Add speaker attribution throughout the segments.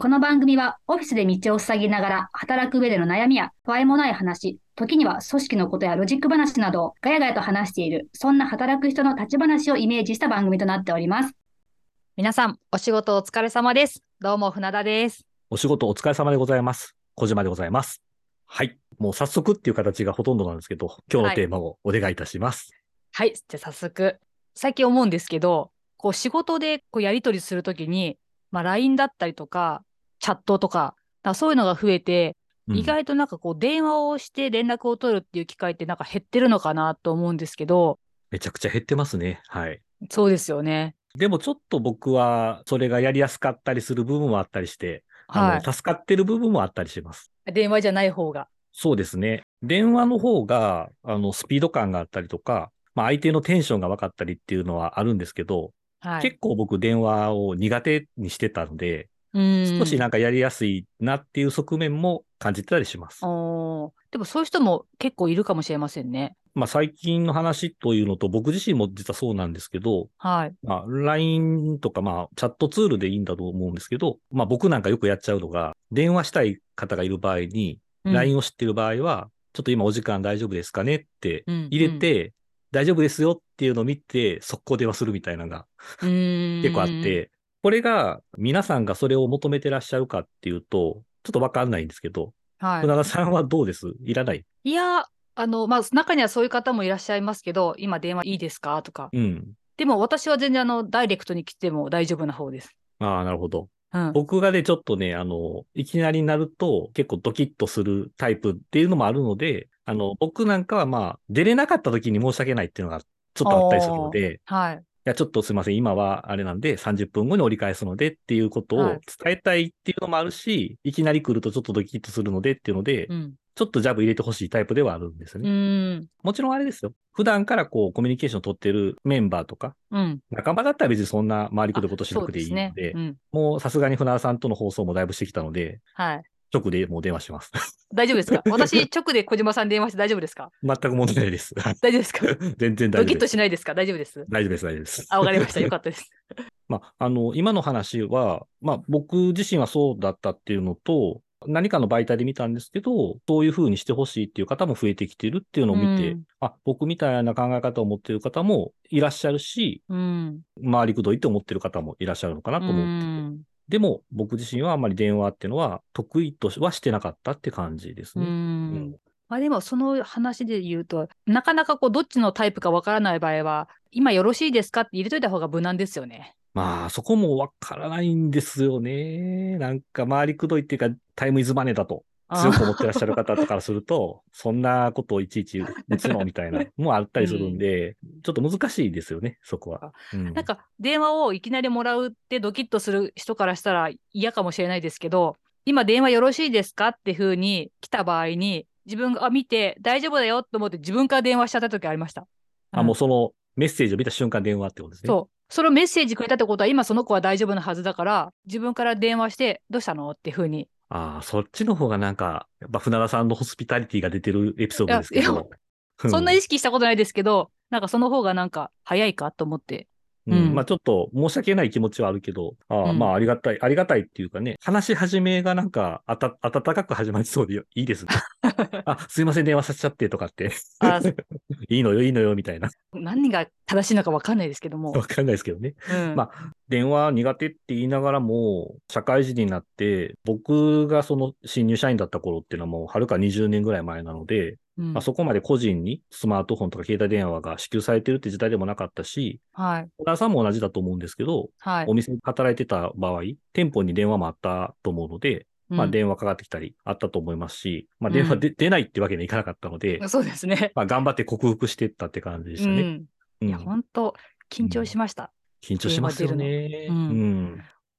Speaker 1: この番組はオフィスで道を塞ぎながら働く上での悩みや不いもない話、時には組織のことやロジック話などをガヤガヤと話している、そんな働く人の立ち話をイメージした番組となっております。
Speaker 2: 皆さん、お仕事お疲れ様です。どうも、船田です。
Speaker 3: お仕事お疲れ様でございます。小島でございます。はい。もう早速っていう形がほとんどなんですけど、今日のテーマをお願いいたします。
Speaker 2: はい、じゃあ早速。最近思うんですけど、こう仕事でこうやり取りするときに、まあ、LINE だったりとか、チャットとか、だからそういうのが増えて、
Speaker 3: うん
Speaker 2: 意外となんかこう電話をして連絡を取るっていう機会ってなんか減ってるのかなと思うんですけど、
Speaker 3: めちゃくちゃ減ってますね。はい。
Speaker 2: そうですよね。
Speaker 3: でもちょっと僕は、それがやりやすかったりする部分もあったりして、
Speaker 2: は
Speaker 3: あの、助かってる部分もあったりします。
Speaker 2: い。電話じゃない方が。
Speaker 3: そうですね。電話の方が、あの、スピード感があったりとか、まあ、相手のテンションが分かったりっていうのはあるんですけど、
Speaker 2: はい。
Speaker 3: 結構僕電話を苦手にしてたので、
Speaker 2: 少
Speaker 3: 少しなんかやりやすいなっていう側面も感じてたりします。
Speaker 2: おーでもそういう人も結構いるかもしれませんね。
Speaker 3: まあ、最近の話というのと、僕自身も実はそうなんですけど、
Speaker 2: はい。
Speaker 3: まあ、LINE とか、まあ、チャットツールでいいんだと思うんですけど、まあ、僕なんかよくやっちゃうのが、電話したい方がいる場合
Speaker 2: う
Speaker 3: に、
Speaker 2: ん
Speaker 3: LINE を知ってる場合は、ちょっと今お時間大丈夫ですかねって入れ、て、大丈夫ですよっていうのを見て、速攻電話するみたいなのが
Speaker 2: 結
Speaker 3: 結構あっ。て、これが皆さんがそれを求めてらっしゃるかっていうと、ちょっとわかんないんですけど、
Speaker 2: はい
Speaker 3: 船、田さんはどうですいらない
Speaker 2: いや、あの、まあ、中にはそういう方もいらっしゃいますけど、今電話いいですかとか。
Speaker 3: うん。
Speaker 2: でも私は全然あの、ダイレクトに来ても大丈夫な方です。
Speaker 3: ああ、なるほど。
Speaker 2: うん。
Speaker 3: 僕がね、ちょっとね、あの、いきなりなると結構ドキッとするタイプっていうのもあるので、あの、僕なんかはまあ、出れなかった時に申し訳ないっていうのがちょっとあったりするので、い
Speaker 2: はい。
Speaker 3: や、ちょっとすいません、今はあれなんで30分後に折り返すのでっていうことを
Speaker 2: はい
Speaker 3: 伝えたいっていうのもあるし、いきなり来るとちょっとドキッとするのでっていうので、
Speaker 2: うん。
Speaker 3: ちょっとジャブ入れてほしいタイプではあるんですよ
Speaker 2: う
Speaker 3: ね。
Speaker 2: ん。
Speaker 3: もちろんあれですよ。普段からこう、コミュニケーションを取ってるメンバーとか、
Speaker 2: うん。
Speaker 3: 仲間だったら別にそんな回りくどいことしな
Speaker 2: そう
Speaker 3: く
Speaker 2: で
Speaker 3: ていい
Speaker 2: す
Speaker 3: の
Speaker 2: ね。
Speaker 3: で、
Speaker 2: うん。
Speaker 3: もうさすがに船田さんとの放送もだいぶしてきたので、
Speaker 2: はい。
Speaker 3: 直でもう電話します。
Speaker 2: 大丈夫ですか私、直で小島さんに電話して大丈夫ですか
Speaker 3: 全く問題ないです。 はい
Speaker 2: 大丈夫ですか
Speaker 3: 全然
Speaker 2: ド
Speaker 3: 大
Speaker 2: キッ
Speaker 3: 丈夫
Speaker 2: と
Speaker 3: で
Speaker 2: し
Speaker 3: す。
Speaker 2: ないですか大丈夫です。
Speaker 3: 大丈夫です、大丈夫です。
Speaker 2: あ、わかりま した。よかったです。
Speaker 3: まあ、あの、今の話は、まあ、僕自身はそうだったっていうのと、何かの媒体で見たんですけど、そういうふうにしてほしいっていう方も増えてきてるっていうのを見て、
Speaker 2: うん
Speaker 3: あ、僕みたいな考え方を持ってる方もいらっしゃるし、
Speaker 2: うん。
Speaker 3: 回りくどいって思ってる方もいらっしゃるのかなと思って
Speaker 2: う
Speaker 3: て、
Speaker 2: ん
Speaker 3: でも、僕自身はあんまり電話っていうのは得意とはしてなかったって感じです
Speaker 2: う
Speaker 3: ね。うんん。
Speaker 2: まあでもその話で言うと、なかなかこうどっちのタイプかわからない場合は、今よろしいですかって入れといた方が無難ですよね。
Speaker 3: まあ、そこもわからないんですよね。なんか、回りくどいっていうか、タイムイズマネーだと強く思ってらっしゃる方とかからすると、 そんなことをいちいち打つのみたいな、 もうあったりするんで、ちょっと難しいですよね、そこは。うん
Speaker 2: なんか電話をいきなりもらうってドキッとする人からしたら嫌かもしれないですけど、今電話よろしいですかって風に来た場合に、自分が見て大丈夫だよと思って自分から電話しちゃった時ありました。
Speaker 3: あ、もうそのメッセージを見た瞬間電話ってことですね。
Speaker 2: そう。そのメッセージくれたってことは今その子は大丈夫なはずだから、自分から電話してどうしたのって風に。
Speaker 3: ああ、そっちの方がなんか、やっぱ船田さんのホスピタリティが出てるエピソードですけ
Speaker 2: いやい
Speaker 3: ど。う
Speaker 2: そんな意識したことないですけど、なんかその方がなんか早いかと思って
Speaker 3: う
Speaker 2: うん
Speaker 3: ん、まあちょっと申し訳ない気持ちはあるけど、ああ
Speaker 2: うん
Speaker 3: まあありがたい、ありがたいっていうかね、話し始めがなんかあた、温かく始まりそうでい いですね。あ、すいません、電話させちゃってとかって、
Speaker 2: あ
Speaker 3: いいのよ、いいのよ、みたいな。
Speaker 2: 何が正しいのか分かんないですけども
Speaker 3: わ。かんないですけどね。
Speaker 2: うん
Speaker 3: まあ、電話苦手って言いながらも、社会人になって、僕がその新入社員だった頃っていうのはもう、はるか20年ぐらい前なので、
Speaker 2: うん
Speaker 3: まあそこまで個人にスマートフォンとか携帯電話が支給されてるって時代でもなかったし、
Speaker 2: はい。
Speaker 3: 小田さんも同じだと思うんですけど、
Speaker 2: はい
Speaker 3: お。店で働いてた場合、店舗に電話もあったと思うので、まあ、
Speaker 2: うん
Speaker 3: 電話かかってきたりあったと思いますし、まあ、電話で、出ないってわけにはいかなかったので、
Speaker 2: そうですね。
Speaker 3: まあ、頑張って克服していったって感じでしたね。
Speaker 2: うん。いや、
Speaker 3: うん
Speaker 2: 本当緊張しました。
Speaker 3: 緊張しますよね。
Speaker 2: 電話出るのう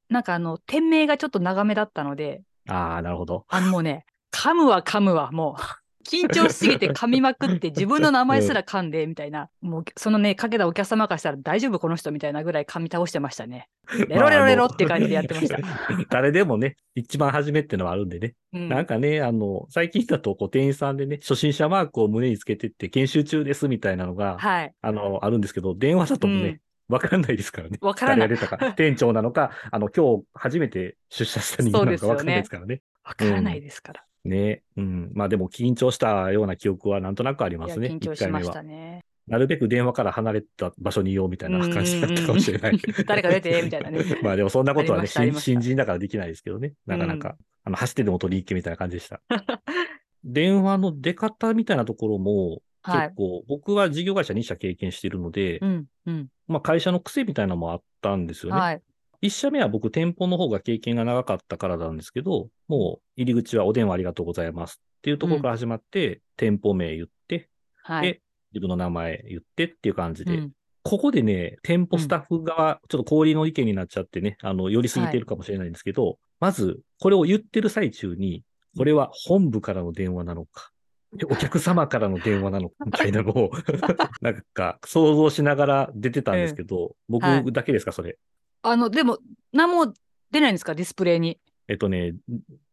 Speaker 2: なんかあの、店名がちょっと長めだったので、
Speaker 3: うんああ、なるほど。
Speaker 2: あのもうね、噛むわ噛むわ、もう。 緊張しす ぎて噛みまくって自分の名前すら噛んでみたいな、もうそのねかけたお客様からしたら大丈夫この人みたいなぐらい噛み倒してました ね。 レロレロレロっていう感じでやってました。
Speaker 3: 誰でもね、一番初めってのはあるんでね。
Speaker 2: うん
Speaker 3: なんかね、あの、最近だと、こう、店員さんでね、初心者マークを胸につけてって、研修中ですみたいなのが、
Speaker 2: はい。
Speaker 3: あの、あるんですけど、電話だともね、
Speaker 2: うん
Speaker 3: わかんないですからね。
Speaker 2: わからない
Speaker 3: 誰が出た か。店長なのか、あの、今日初めて出社した人間なのかわかんないですからね。
Speaker 2: わからないですから。
Speaker 3: ね。うん。まあでも緊張したような記憶はなんとなくありま
Speaker 2: いや
Speaker 3: すね。
Speaker 2: 緊張
Speaker 3: 一
Speaker 2: し
Speaker 3: 回目
Speaker 2: ま
Speaker 3: は
Speaker 2: したね。
Speaker 3: なるべく電話から離れた場所にいようみたいな感じだったかもしれな
Speaker 2: うん
Speaker 3: い
Speaker 2: うんうん。誰か出てみたいなね
Speaker 3: まあでもそんなことは
Speaker 2: ありま
Speaker 3: ね、
Speaker 2: したあり
Speaker 3: 新
Speaker 2: ました
Speaker 3: 新人だからできないですけどね。なかな
Speaker 2: う
Speaker 3: か。あの、走ってでも取り行けみたいな感じで した。電話の出方みたいなところも、
Speaker 2: はい
Speaker 3: 結。構、僕は事業会社2社経験しているので、
Speaker 2: うん、うん。
Speaker 3: まあ会社の癖みたいなのもあったんですよね。
Speaker 2: はい。
Speaker 3: 一社目は僕、店舗の方が経験が長かったからなんですけど、もう入り口はお電話ありがとうございますっていうところから始まって、店舗名言って、
Speaker 2: はい。
Speaker 3: で自分の名前言ってっていう感じ
Speaker 2: う
Speaker 3: で、
Speaker 2: ん
Speaker 3: ここでね、店舗スタッフ側、ちょっと氷の意見になっちゃってね、あの、寄りすぎてるかもしれないんですけど、まず、これを言ってる最中に、これは本部からの電話な のか、お客様からの電話なのか、みたいなのを、なんか、想像しながら出てたんですけ
Speaker 2: は
Speaker 3: ど、僕
Speaker 2: い
Speaker 3: だけですか、それ。
Speaker 2: あの、でも、何も出ないんですかディスプレイに。
Speaker 3: えっとね、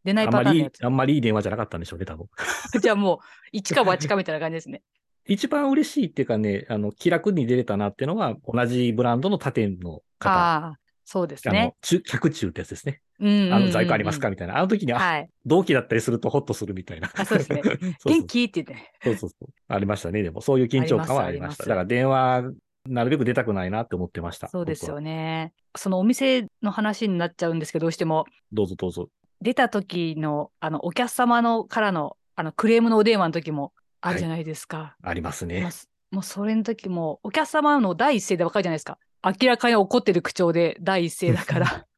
Speaker 2: 出ない
Speaker 3: あんま
Speaker 2: パターン
Speaker 3: り
Speaker 2: の
Speaker 3: いい
Speaker 2: や、
Speaker 3: あんまりいい電話じゃなかったんでしょうね、多分。
Speaker 2: つ。じゃあもう、一か八かみたいな感じですね。
Speaker 3: 一番嬉しいっていうかね、あの、気楽に出れたなっていうのは、同じブランドの他店の方。
Speaker 2: ああ、そうです
Speaker 3: あ
Speaker 2: ね
Speaker 3: の。、中客中ってやつですね。
Speaker 2: うんうん
Speaker 3: あ
Speaker 2: うんう
Speaker 3: の、
Speaker 2: ん
Speaker 3: 在庫ありますかみたいな。あの時に、あ、
Speaker 2: はい。
Speaker 3: 同期だったりするとホッとするみたいな。
Speaker 2: あそうですね
Speaker 3: そうそう
Speaker 2: 元気って言ってね。
Speaker 3: そうそうそうありましたね、でも。そういう緊張感はあ
Speaker 2: あ
Speaker 3: りました。
Speaker 2: ります
Speaker 3: だから電話、なるべく出たくないなって思ってました。
Speaker 2: そうですよ
Speaker 3: ね。
Speaker 2: ね。そのお店の話になっちゃうんですけど、どうしても、
Speaker 3: どうぞどうぞ。
Speaker 2: 出た時の、あの、お客様のからの、あの、クレームのお電話の時もあるじゃないですか。
Speaker 3: あります
Speaker 2: もう
Speaker 3: ね。
Speaker 2: すもうそれの時も、お客様の第一声でわかるじゃないですか。明らかに怒ってる口調で第一声だから、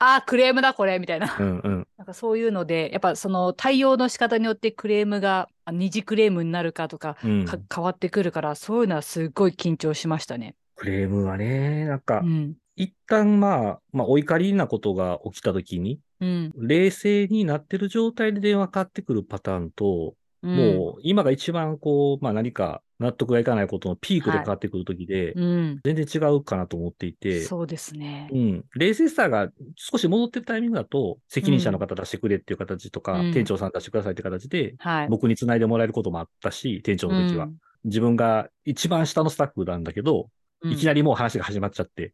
Speaker 2: ああ、クレームだ、これ、みたいな
Speaker 3: う。んうん。
Speaker 2: なんかそういうので、やっぱその対応の仕方によってクレームが、あ二次クレームになるかとか
Speaker 3: うん、
Speaker 2: か変わってくるから、そういうのはすごい緊張しましたね。
Speaker 3: クレームはね、なん
Speaker 2: う
Speaker 3: か、
Speaker 2: ん。
Speaker 3: 一旦まあ、まあ、お怒りなことが起きたときに、
Speaker 2: うん。
Speaker 3: 冷静になってる状態で電話かかってくるパターンと、
Speaker 2: うん
Speaker 3: もう今が一番こう、まあ何か納得がいかないことのピークでかかってくるときで、
Speaker 2: うん。
Speaker 3: 全然違うかなと思っていて、
Speaker 2: そうですね
Speaker 3: う。ん、冷静さが少し戻ってるタイミングだと、責任者の方出してくれっていう形とか、
Speaker 2: うん
Speaker 3: 店長さん出してくださいって形で、
Speaker 2: はい。
Speaker 3: 僕に繋いでもらえることもあったし、店長の時は。
Speaker 2: うん
Speaker 3: 自分が一番下のスタッフなんだけど、
Speaker 2: うん
Speaker 3: いきなりもう話が始まっちゃって、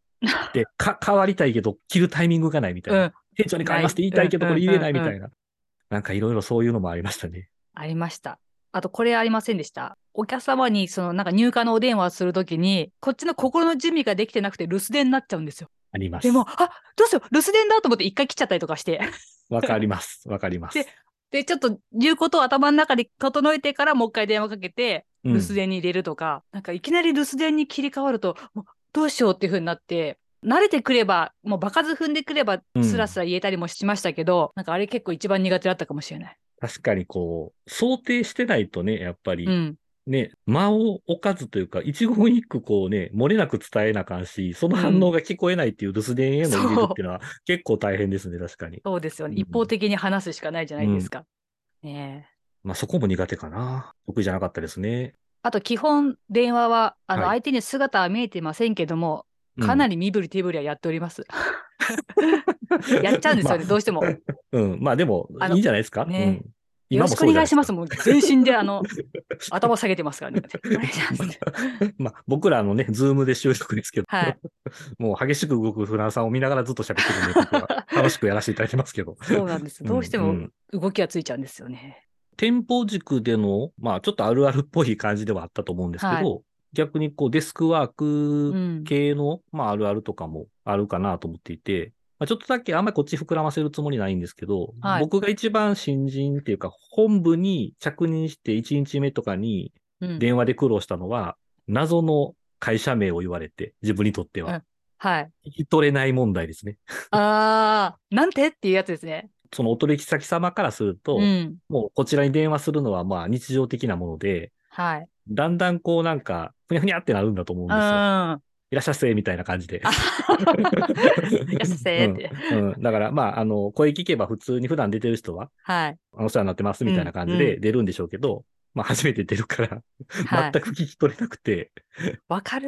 Speaker 3: で、か、変わりたいけど、着るタイミングがないみたいな。
Speaker 2: うん
Speaker 3: 店長に変わりますって言いたいけど、
Speaker 2: な
Speaker 3: こ
Speaker 2: い
Speaker 3: れ言えないみた
Speaker 2: う
Speaker 3: いな。なんかいろいろそういうのもありましたね。
Speaker 2: ありました。あと、これありませんでした。お客様に、その、なんか入荷のお電話するときに、こっちの心の準備ができてなくて留守電になっちゃうんですよ。
Speaker 3: あります。
Speaker 2: でも、あどうしよう、留守電だと思って一回来ちゃったりとかして。
Speaker 3: わかります。わかります
Speaker 2: で。で、ちょっと言うことを頭の中で整えてからもう一回電話かけて、
Speaker 3: う
Speaker 2: 留
Speaker 3: ん
Speaker 2: 守電に入れるとか、なんかいきなり留守電に切り替わると、もうどうしようっていう風になって、慣れてくれば、もう場数踏んでくれば
Speaker 3: う、ん
Speaker 2: スラスラ言えたりもしましたけど、なんかあれ結構一番苦手だったかもしれない。
Speaker 3: 確かにこう、想定してないとね、やっぱり、
Speaker 2: うん。
Speaker 3: ね、間を置かずというか、一言一句こうね、漏れなく伝えなあかんし、その反応が聞こえないっていう留守電への入れるっていうのは結構大変ですね、確かに。
Speaker 2: そうですよね。
Speaker 3: うん
Speaker 2: 一方的に話すしかないじゃないですか。ねえ。
Speaker 3: まあそこも苦手かな。得意じゃなかったですね。
Speaker 2: あと基本、電話は、あの、
Speaker 3: は
Speaker 2: 相
Speaker 3: い
Speaker 2: 手に姿は見えてませんけども、かな
Speaker 3: り、
Speaker 2: り身振り手振りはやっております。やっちゃうんですよね、
Speaker 3: まあ
Speaker 2: どうしても。
Speaker 3: うん。まあでも
Speaker 2: あ、の
Speaker 3: いいんじゃないですか。
Speaker 2: ね
Speaker 3: うん、
Speaker 2: よろしくお願いします。。もう全身であの 頭下げてますからね。お願いします。
Speaker 3: 今もそうじゃないですか まあ僕らのね、ズームで収録ですけど、
Speaker 2: はい
Speaker 3: もう激しく動く船尾さんを見ながらずっと喋って るんで、僕は楽しくやらせていただいてますけど。
Speaker 2: そうなんです。 どうして
Speaker 3: ん
Speaker 2: も
Speaker 3: ん
Speaker 2: 動きがついちゃうんですよね。
Speaker 3: 店舗軸での、まあちょっとあるあるっぽい感じではあったと思うんですけど、
Speaker 2: は
Speaker 3: 逆にこうデスクワー
Speaker 2: う
Speaker 3: ク
Speaker 2: ん。
Speaker 3: 系の、まああるあるとかもあるかなと思っていて、まあ、ちょっとだけあんまりこっち膨らませるつもりないんですけど、
Speaker 2: はい
Speaker 3: 僕が一番新人っていうか、本部に着任して1日目とかに
Speaker 2: うん
Speaker 3: 電話で苦労したのは、謎の会社名を言われて、自分にとっては。
Speaker 2: はい。
Speaker 3: 聞き取れない問題ですね。
Speaker 2: あー、なんてっていうやつですね。
Speaker 3: そのお取引先様からすると、
Speaker 2: うん。
Speaker 3: もうこちらに電話するのはまあ日常的なもので、
Speaker 2: はい。
Speaker 3: だんだんこうなんか、ふにゃふにゃってなるんだと思うん
Speaker 2: う
Speaker 3: ですよ。
Speaker 2: ん。
Speaker 3: いらっしゃいませ、みたいな感じで。
Speaker 2: いらっしゃいませって
Speaker 3: うん。うんだから、まあ、あの、声聞けば普通に普段出てる人は、
Speaker 2: はい。
Speaker 3: あのお世話になってます、みたいな感じ
Speaker 2: うん
Speaker 3: で出るんでしょうけど、まあ、初めて出るから、
Speaker 2: はい
Speaker 3: 全く聞き取れなくて、
Speaker 2: わかる。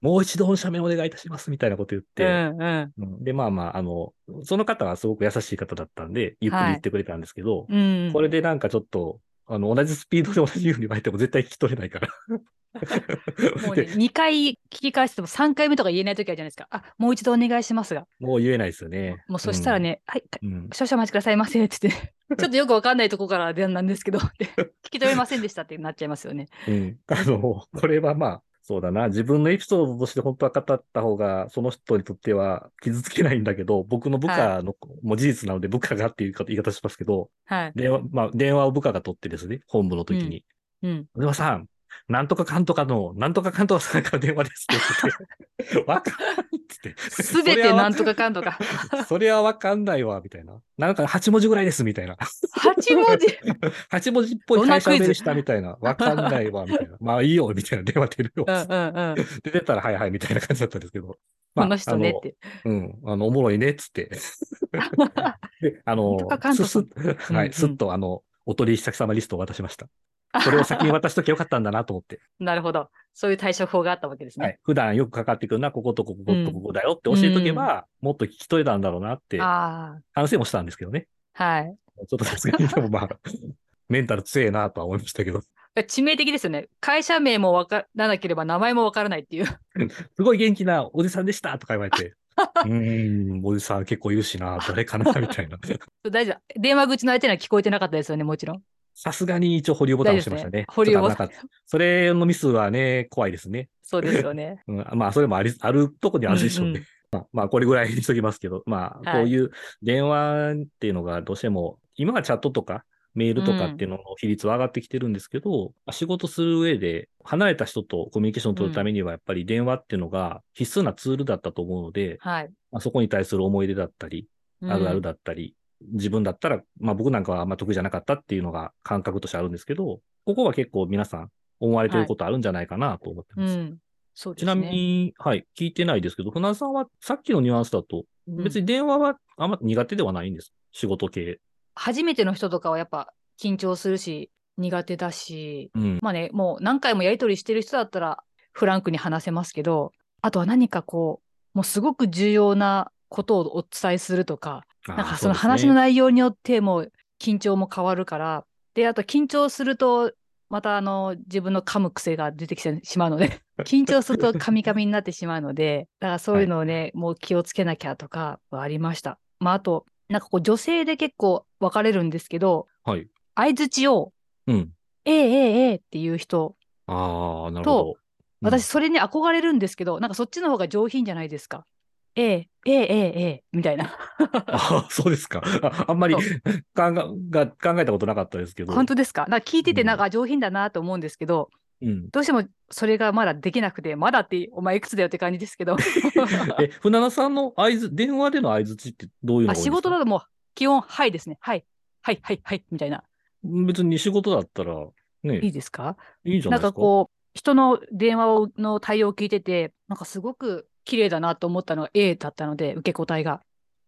Speaker 3: もう一度本社名お願いいたします、みたいなこと言っ
Speaker 2: うん
Speaker 3: て、
Speaker 2: うん。
Speaker 3: うんで、まあまあ、あの、その方はすごく優しい方だったんで、ゆっくり言ってくれたんですけど、
Speaker 2: うん。
Speaker 3: これでなんかちょっと、あの、同じスピードで同じように言われても絶対聞き取れないから、
Speaker 2: も うね、2回聞き返しても3回目とか言えない時あるじゃないですか。あ、もう一度お願いしますが。
Speaker 3: もう言えないですよね。
Speaker 2: もうそしたらね、はい、
Speaker 3: うん。うん
Speaker 2: 少々お待ちくださいませ って言って、ちょっとよくわかんないとこから電話なんですけど、って聞き取れませんでしたってなっちゃいますよね。
Speaker 3: うんあの、これはまあ、そうだな。自分のエピソードとして本当は語った方が、その人にとっては傷つけないんだけど、僕の部下の、もう事実なので部下がっていう言い方しますけど、
Speaker 2: はい。
Speaker 3: 電話、まあ、電話を部下が取ってですね、本部の時に。
Speaker 2: うん。
Speaker 3: 小、う、さん、なんとかかんとかの、なんとかかんとかさんから電話ですって 言ってて、わかんないって言って。
Speaker 2: すべてなんとかかんとか。
Speaker 3: それは。それはわかんないわ、みたいな。なんか8文字ぐらいです、みたいな。
Speaker 2: 8文 字。
Speaker 3: 8文字っぽい
Speaker 2: どんな
Speaker 3: 会社
Speaker 2: クイズ
Speaker 3: でした、みたいな。わかんないわ、みた いな。まあいいよ、みたいな電話出るよ。
Speaker 2: うんうんうん。
Speaker 3: で、出たら、はいはい、みたいな感じだったんですけど。ま
Speaker 2: こ
Speaker 3: あ
Speaker 2: の人ねって。
Speaker 3: あのうん。あの、おもろいね、っつって。で、あ
Speaker 2: な
Speaker 3: の
Speaker 2: んとかかん、と
Speaker 3: す
Speaker 2: か
Speaker 3: す、は
Speaker 2: うん
Speaker 3: い、すっと、あの、お取引先様リストを渡し ました。これを先に渡しときゃよかったんだなと思って。
Speaker 2: なるほど。そういう対処法があったわけです
Speaker 3: は
Speaker 2: ね。
Speaker 3: い。普段よくかかってくるな、こことここ
Speaker 2: うん
Speaker 3: とここだよって教えとけば、もっと聞き取れたんだろうなって、
Speaker 2: あ
Speaker 3: 反省もしたんですけどね。
Speaker 2: あ。はい。
Speaker 3: ちょっとさすがに、でもまあ、 メンタル強えなとは思いましたけど。
Speaker 2: 致命的ですよね。会社名もわからなければ名前もわからないっていう。
Speaker 3: すごい元気なおじさんでしたとか言われて、うーん、おじさん結構いるしな、誰かなみ たいな。
Speaker 2: 大丈夫。電話口の相手には聞こえてなかったですよね、もちろん。
Speaker 3: さすがに一応保留ボタンを押しましたね。
Speaker 2: 大丈夫ですね保留ボタン
Speaker 3: ちょっと危なかったそれのミスはね、怖いですね。
Speaker 2: そうですよね。
Speaker 3: うん、まあ、それもあり、あるとこにはあるでしょうね。
Speaker 2: うんうん
Speaker 3: まあ、まあこれぐらいにしときますけど、まあ、
Speaker 2: はい
Speaker 3: こ
Speaker 2: う
Speaker 3: いう電話っていうのがどうしても、今はチャットとかメールとかっていうのの比率は上がってきてるんですけど、仕事する上で、離れた人とコミュニケーションを取るためには、やっぱり電話っていうのが必須なツールだったと思うので、
Speaker 2: はい。
Speaker 3: まあ、そこに対する思い出だったり、
Speaker 2: うん
Speaker 3: あるあるだったり、自分だったら、まあ僕なんかはあんま得意じゃなかったっていうのが感覚としてあるんですけど、ここは結構皆さん思われてることあるんじゃないかなと思って
Speaker 2: う
Speaker 3: ます。
Speaker 2: ん。そうで
Speaker 3: ち
Speaker 2: すね。
Speaker 3: なみに、はい、聞いてないですけど、船津さんはさっきのニュアンスだと、
Speaker 2: うん
Speaker 3: 別に電話はあんま苦手ではないんです。仕事系。
Speaker 2: 初めての人とかはやっぱ緊張するし、苦手だし、
Speaker 3: うん。
Speaker 2: まあね、もう何回もやり取りしてる人だったらフランクに話せますけど、あとは何かこう、もうすごく重要なことをお伝えするとか、
Speaker 3: な
Speaker 2: なんかその話の内容によってもう緊張も変わるから、で、あと緊張すると、またあの自分の噛む癖が出てきてしまうの で、緊張すると噛み噛みになってしまうので、だからそういうのをね、もう気をつけなきゃとかはありました。まああと、なんかこう女性で結構分かれるんですけど、
Speaker 3: はい。
Speaker 2: 相づちを、
Speaker 3: うん。
Speaker 2: ええええええっていう人、
Speaker 3: ああ、なるほど。うん
Speaker 2: 私、それに憧れるんですけど、なんかそっちの方が上品じゃないですか。ええええええええみたいな。
Speaker 3: ああ、そうですか。ああんまり考
Speaker 2: そ
Speaker 3: えが考えたことなかったですけど。
Speaker 2: 本当ですかなんか聞いてて
Speaker 3: うん
Speaker 2: なんか上品だなと思うんですけど、
Speaker 3: うん。
Speaker 2: どうしてもそれがまだできなくて、まだって、お前いくつだよって感じですけど、
Speaker 3: え、船田さんの合図、電話での合図値ってどういうのが多いん
Speaker 2: あ
Speaker 3: ですか
Speaker 2: 仕事だともう基本、はいですね。はい。はい、はい、はい、みたいな。
Speaker 3: 別に仕事だったら、ね、
Speaker 2: いいですか
Speaker 3: いいじゃな
Speaker 2: ないん
Speaker 3: で
Speaker 2: か
Speaker 3: すか。
Speaker 2: こう、人の電話をの対応を聞いてて、なんかすごく綺麗だなと思ったのが A だったので、受け答えが。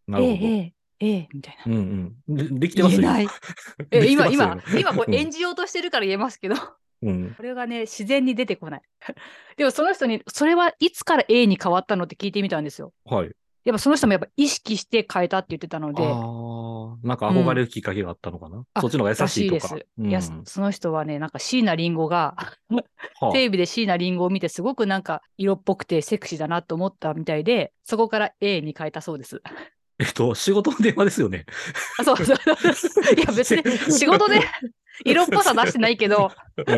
Speaker 3: な
Speaker 2: A、
Speaker 3: るほど。
Speaker 2: A、A みたいな。
Speaker 3: うんうん。でできてま
Speaker 2: 言
Speaker 3: す
Speaker 2: え
Speaker 3: よ。
Speaker 2: ない。
Speaker 3: で
Speaker 2: え
Speaker 3: きてま
Speaker 2: 今、
Speaker 3: すよ
Speaker 2: 今、今、こ
Speaker 3: うん
Speaker 2: れ演じようとしてるから言えますけど、こ
Speaker 3: うん。
Speaker 2: れがね、自然に出てこない。でもその人に、それはいつから A に変わったのって聞いてみたんですよ。
Speaker 3: はい。
Speaker 2: やっぱその人もやっぱ意識して変えたって言ってたの
Speaker 3: あ
Speaker 2: で、
Speaker 3: あ、なんか憧れるきっかけがあったのかな。
Speaker 2: あ
Speaker 3: そっちの方が優しいとか。
Speaker 2: らしいです。いや、その人はね、なんか椎名林檎が、
Speaker 3: はあ
Speaker 2: テレビで椎名林檎を見て、すごくなんか色っぽくてセクシーだなと思ったみたいで、そこから A に変えたそう です。
Speaker 3: えっと、仕事の電話ですよね。
Speaker 2: あそうそうそう。いや、別に仕事 で色っぽさ出してないけど、
Speaker 3: うん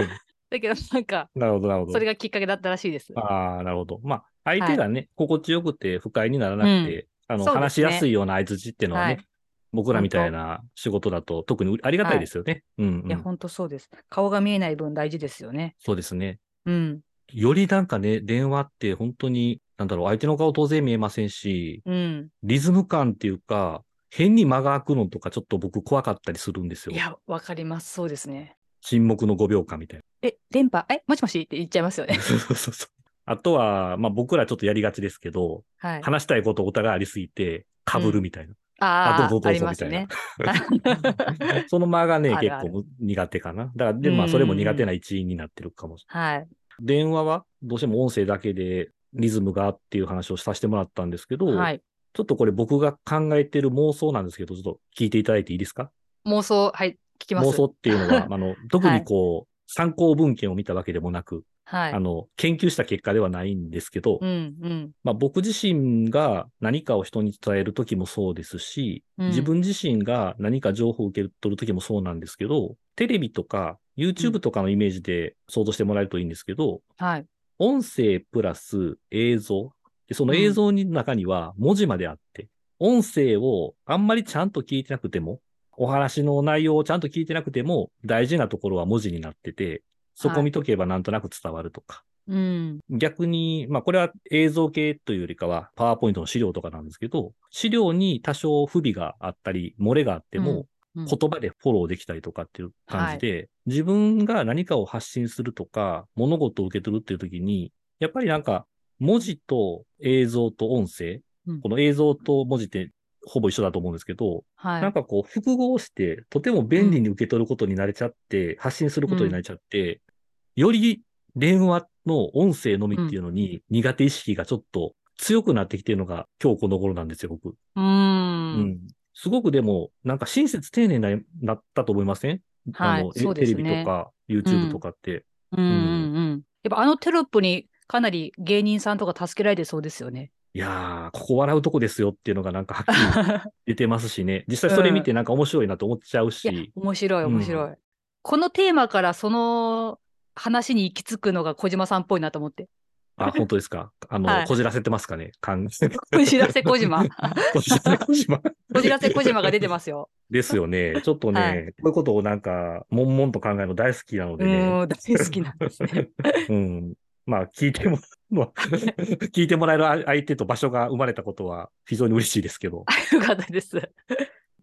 Speaker 2: だけどなんか、
Speaker 3: なるほど、なるほ
Speaker 2: それ
Speaker 3: ど。
Speaker 2: がきっかけだったらしいです。
Speaker 3: ああ、なるほど。まあ、相手がね、心地よくて不快にならなくて、あの、
Speaker 2: そうですね
Speaker 3: 話しやすいような相槌っていうのはね、
Speaker 2: はい
Speaker 3: 僕らみたいな仕事だと特にありがたいですよね。うん、
Speaker 2: いうや、
Speaker 3: ん。
Speaker 2: ほんとそうです。顔が見えない分大事ですよね。
Speaker 3: そうですね。
Speaker 2: うん。
Speaker 3: よりなんかね、電話って本当に、なんだろう、相手の顔当然見えませんし、
Speaker 2: うん。
Speaker 3: リズム感っていうか、変に間が空くのとかちょっと僕怖かったりするんですよ
Speaker 2: い。や、わかります。そうですね。
Speaker 3: 沈黙の5秒間みたい
Speaker 2: え、電波、え、もしもしって言っちゃいますよね
Speaker 3: な。。 そうそうそう。あとは、まあ僕らちょっとやりがちですけど、
Speaker 2: はい。
Speaker 3: 話したいことお互いありすぎて、被るみたいな。
Speaker 2: あ
Speaker 3: あどうぞどうぞ
Speaker 2: ありますね。
Speaker 3: その間がね、
Speaker 2: あるある
Speaker 3: 結構苦手かな。だから、で、まあそれも苦手な一因になってるかもしれない
Speaker 2: はい。
Speaker 3: 電話はどうしても音声だけでリズムがっていう話をさせてもらったんですけど、
Speaker 2: はい。
Speaker 3: ちょっとこれ僕が考えてる妄想なんですけど、ちょっと聞いていただいていいですか
Speaker 2: 妄想、はい、聞きます。
Speaker 3: 妄想っていうのは、あの、特にこう、参考文献を見たわけでもなく、
Speaker 2: はい。
Speaker 3: あの、研究した結果ではないんですけど、
Speaker 2: うんうん。
Speaker 3: まあ、僕自身が何かを人に伝えるときもそうですし、
Speaker 2: うん
Speaker 3: 自分自身が何か情報を受け取るときもそうなんですけど、テレビとか YouTube とかのイメージで想像してもらえるといいんですけど、
Speaker 2: はい。
Speaker 3: 音声プラス映像、でその映像の中には文字まであって、音声をあんまりちゃんと聞いてなくても、お話の内容をちゃんと聞いてなくても、大事なところは文字になってて、そこ見とけばなんとなく伝わるとか。
Speaker 2: うん。
Speaker 3: 逆に、まあこれは映像系というよりかは、パワーポイントの資料とかなんですけど、資料に多少不備があったり、漏れがあっても、
Speaker 2: うん
Speaker 3: 言葉でフォローできたりとかっていう感じで、自分が何かを発信するとか、物事を受け取るっていう時に、やっぱりなんか、文字と映像と音声、
Speaker 2: うん
Speaker 3: この映像と文字ってほぼ一緒だと思うんですけど、
Speaker 2: はい。
Speaker 3: なんかこう、複合して、とても便利に受け取ることに慣れちゃって、発信することに慣れちゃって、より電話の音声のみっていうのに苦手意識がちょっと強くなってきてるのが今日この頃なんですよ、僕。
Speaker 2: う。
Speaker 3: うんすごくでも、なんか親切丁寧にななったと思いません
Speaker 2: はい
Speaker 3: あの、
Speaker 2: そう
Speaker 3: テ
Speaker 2: です
Speaker 3: レ
Speaker 2: ね
Speaker 3: ビとか YouTube とかって。
Speaker 2: うんうんうん。やっぱあのテロップにかなり芸人さんとか助けられてそうですよね。
Speaker 3: いやー、ここ笑うとこですよっていうのがなんかはっきり出てますしね。実際それ見てなんか面白いなと思っちゃ
Speaker 2: い
Speaker 3: う
Speaker 2: や
Speaker 3: し、。
Speaker 2: 面白い、
Speaker 3: うん
Speaker 2: 面白い。このテーマからその話に行き着くのが小島さんっぽいなと思 って。
Speaker 3: あ、本当ですか。あの、
Speaker 2: はい
Speaker 3: こじらせてますかね。 感じ。
Speaker 2: こじらせ小 島。
Speaker 3: こじらせ小島。
Speaker 2: こじらせ小島が出てますよ。
Speaker 3: ですよね。ちょっとね、
Speaker 2: はい
Speaker 3: こういうことをなんか、悶々と考えるの大好きなの
Speaker 2: う
Speaker 3: でね。
Speaker 2: ん、大好きなんですね。
Speaker 3: うん。まあ、聞いても、まあ聞いてもらえる相手と場所が生まれたことは非常に嬉しいですけど。
Speaker 2: よかったです。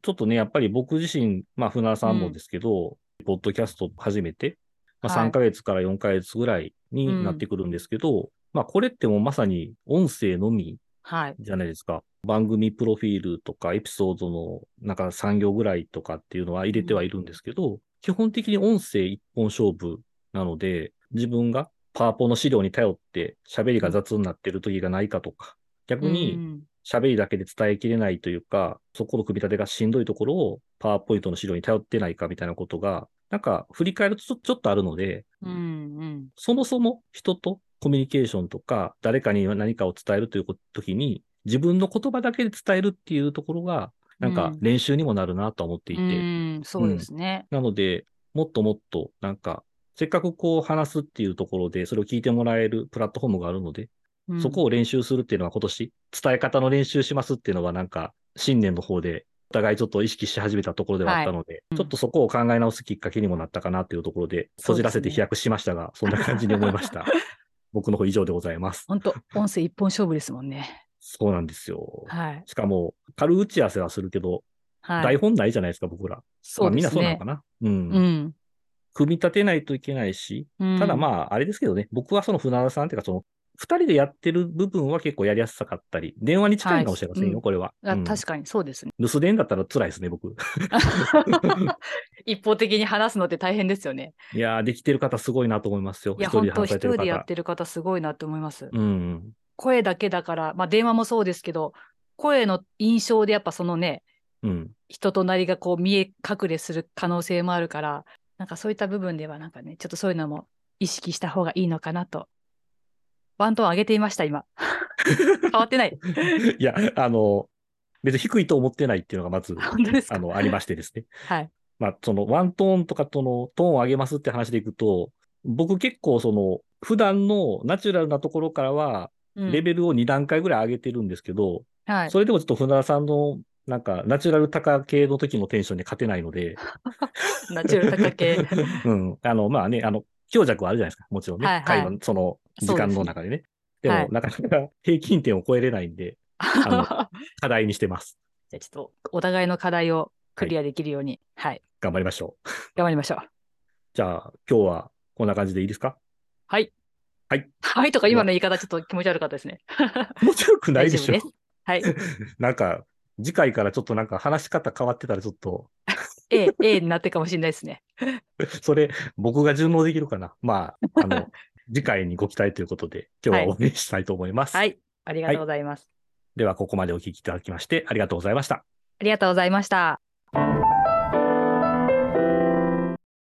Speaker 3: ちょっとね、やっぱり僕自身、まあ、船田さんもですけど、ポッドキャスト始めて、まあ、
Speaker 2: はい
Speaker 3: 3ヶ月から4ヶ月ぐらいになってくるんですけど、まあ、これってもうまさに音声のみ
Speaker 2: はい。
Speaker 3: じゃないですか。番組プロフィールとかエピソードのなんか3行ぐらいとかっていうのは入れてはいるんですけど、基本的に音声一本勝負なので、自分がパワポの資料に頼って喋りが雑になってる時がないかとか、逆
Speaker 2: う
Speaker 3: に
Speaker 2: ん
Speaker 3: 喋りだけで伝えきれないというか、そこの組み立てがしんどいところをパワーポイントの資料に頼ってないかみたいなことが、なんか振り返るとちょちょっとあるので、
Speaker 2: うんうん。
Speaker 3: そもそも人とコミュニケーションとか、誰かに何かを伝えるということきに、自分の言葉だけで伝えるっていうところが、なん
Speaker 2: う
Speaker 3: か
Speaker 2: ん
Speaker 3: 練習にもなるなとは思っていて、
Speaker 2: うん、そうですね。
Speaker 3: なので、もっともっと、なんか、せっかくこう話すっていうところで、それを聞いてもらえるプラットフォームがあるので、
Speaker 2: うん
Speaker 3: そこを練習するっていうのは今年、伝え方の練習しますっていうのはなんか、新年の方で、お互いちょっと意識し始めたところではあったので、
Speaker 2: うん
Speaker 3: ちょっとそこを考え直すきっかけにもなったかなというところで、こじらせて飛躍しましたが、そ,、んな感じに思いました。 僕の方以上でございます。
Speaker 2: 本当音声一本勝負ですもんね。
Speaker 3: そうなんですよ。
Speaker 2: はい。
Speaker 3: しかも、軽打ち合わせはするけど、
Speaker 2: は
Speaker 3: 台
Speaker 2: い。
Speaker 3: 本ないじゃないですか、僕ら。
Speaker 2: そう
Speaker 3: まあみん
Speaker 2: で
Speaker 3: な
Speaker 2: す
Speaker 3: そうなの
Speaker 2: ね
Speaker 3: か。な。うん。
Speaker 2: うん。
Speaker 3: 組み立てないといけないし、
Speaker 2: うん
Speaker 3: ただまあ、あれですけどね、僕はその船田さんっていうか、その、二人でやってる部分は結構やりやすさかったり、電話に近いかもしれませんよ、
Speaker 2: はい
Speaker 3: これは。
Speaker 2: あ
Speaker 3: うん
Speaker 2: 確かにそうです ね。
Speaker 3: 留守電だったら辛いですね、僕。
Speaker 2: 一方的に話すのって大変ですよね。
Speaker 3: いやー、できてる方すごいなと思いますよ。
Speaker 2: いや、
Speaker 3: 一人
Speaker 2: 本
Speaker 3: で
Speaker 2: 当
Speaker 3: 話
Speaker 2: 一
Speaker 3: されてる
Speaker 2: 人でやっ
Speaker 3: 方。
Speaker 2: てる方すごいなって思います。
Speaker 3: うんうん。
Speaker 2: 声だけだから、まあ電話もそうですけど、声の印象でやっぱそのね、
Speaker 3: うん。
Speaker 2: 人となりがこう見え隠れする可能性もあるから、なんかそういった部分ではなんかね、ちょっとそういうのも意識した方がいいのかなと。ワントーン上げていました、 今。変わってない。
Speaker 3: いや、あの、別に低いと思ってないっていうのがまず、
Speaker 2: 本当ですか
Speaker 3: あの、ありましてですね。
Speaker 2: はい。
Speaker 3: まあ、その、ワントーンとかとのトーンを上げますって話でいくと、僕結構その、普段のナチュラルなところからは、
Speaker 2: うん
Speaker 3: レベルを2段階ぐらい上げてるんですけど、
Speaker 2: はい。
Speaker 3: それでもちょっと船田さんの、なんか、ナチュラル高系の時のテンションに勝てないので、
Speaker 2: ナチュラル高系。
Speaker 3: うん。あの、まあね、あの、強弱はあるじゃないですか。もちろんね。
Speaker 2: はいはい
Speaker 3: 会話の、その、時間の中でね。で
Speaker 2: はい
Speaker 3: も、なかなか平均点を超えれない んで、
Speaker 2: じ
Speaker 3: の
Speaker 2: ゃあ
Speaker 3: 課題にしてます。
Speaker 2: ちょっとお互いの課題をクリアできるように、はい、
Speaker 3: 頑張りましょう。
Speaker 2: 頑張りましょう。
Speaker 3: じゃあ、今日はこんな感じでいいですか
Speaker 2: はい。
Speaker 3: はい。
Speaker 2: はいとか今の言い方ちょっと気持ち悪かったですね。
Speaker 3: 気持ち悪くないでしょ
Speaker 2: 大丈夫です。はい。
Speaker 3: なんか、次回からちょっとなんか話し方変わってたらちょっと、
Speaker 2: A、A になってるかもしれないですね。
Speaker 3: それ、僕が順応できるかな。まあ、あの、次回にご期待ということで、今日は終わりにしたいと思います。
Speaker 2: はい。ありがとうございます。
Speaker 3: では、ここまでお聞きいただきまして、ありがとうございました。
Speaker 2: ありがとうございました。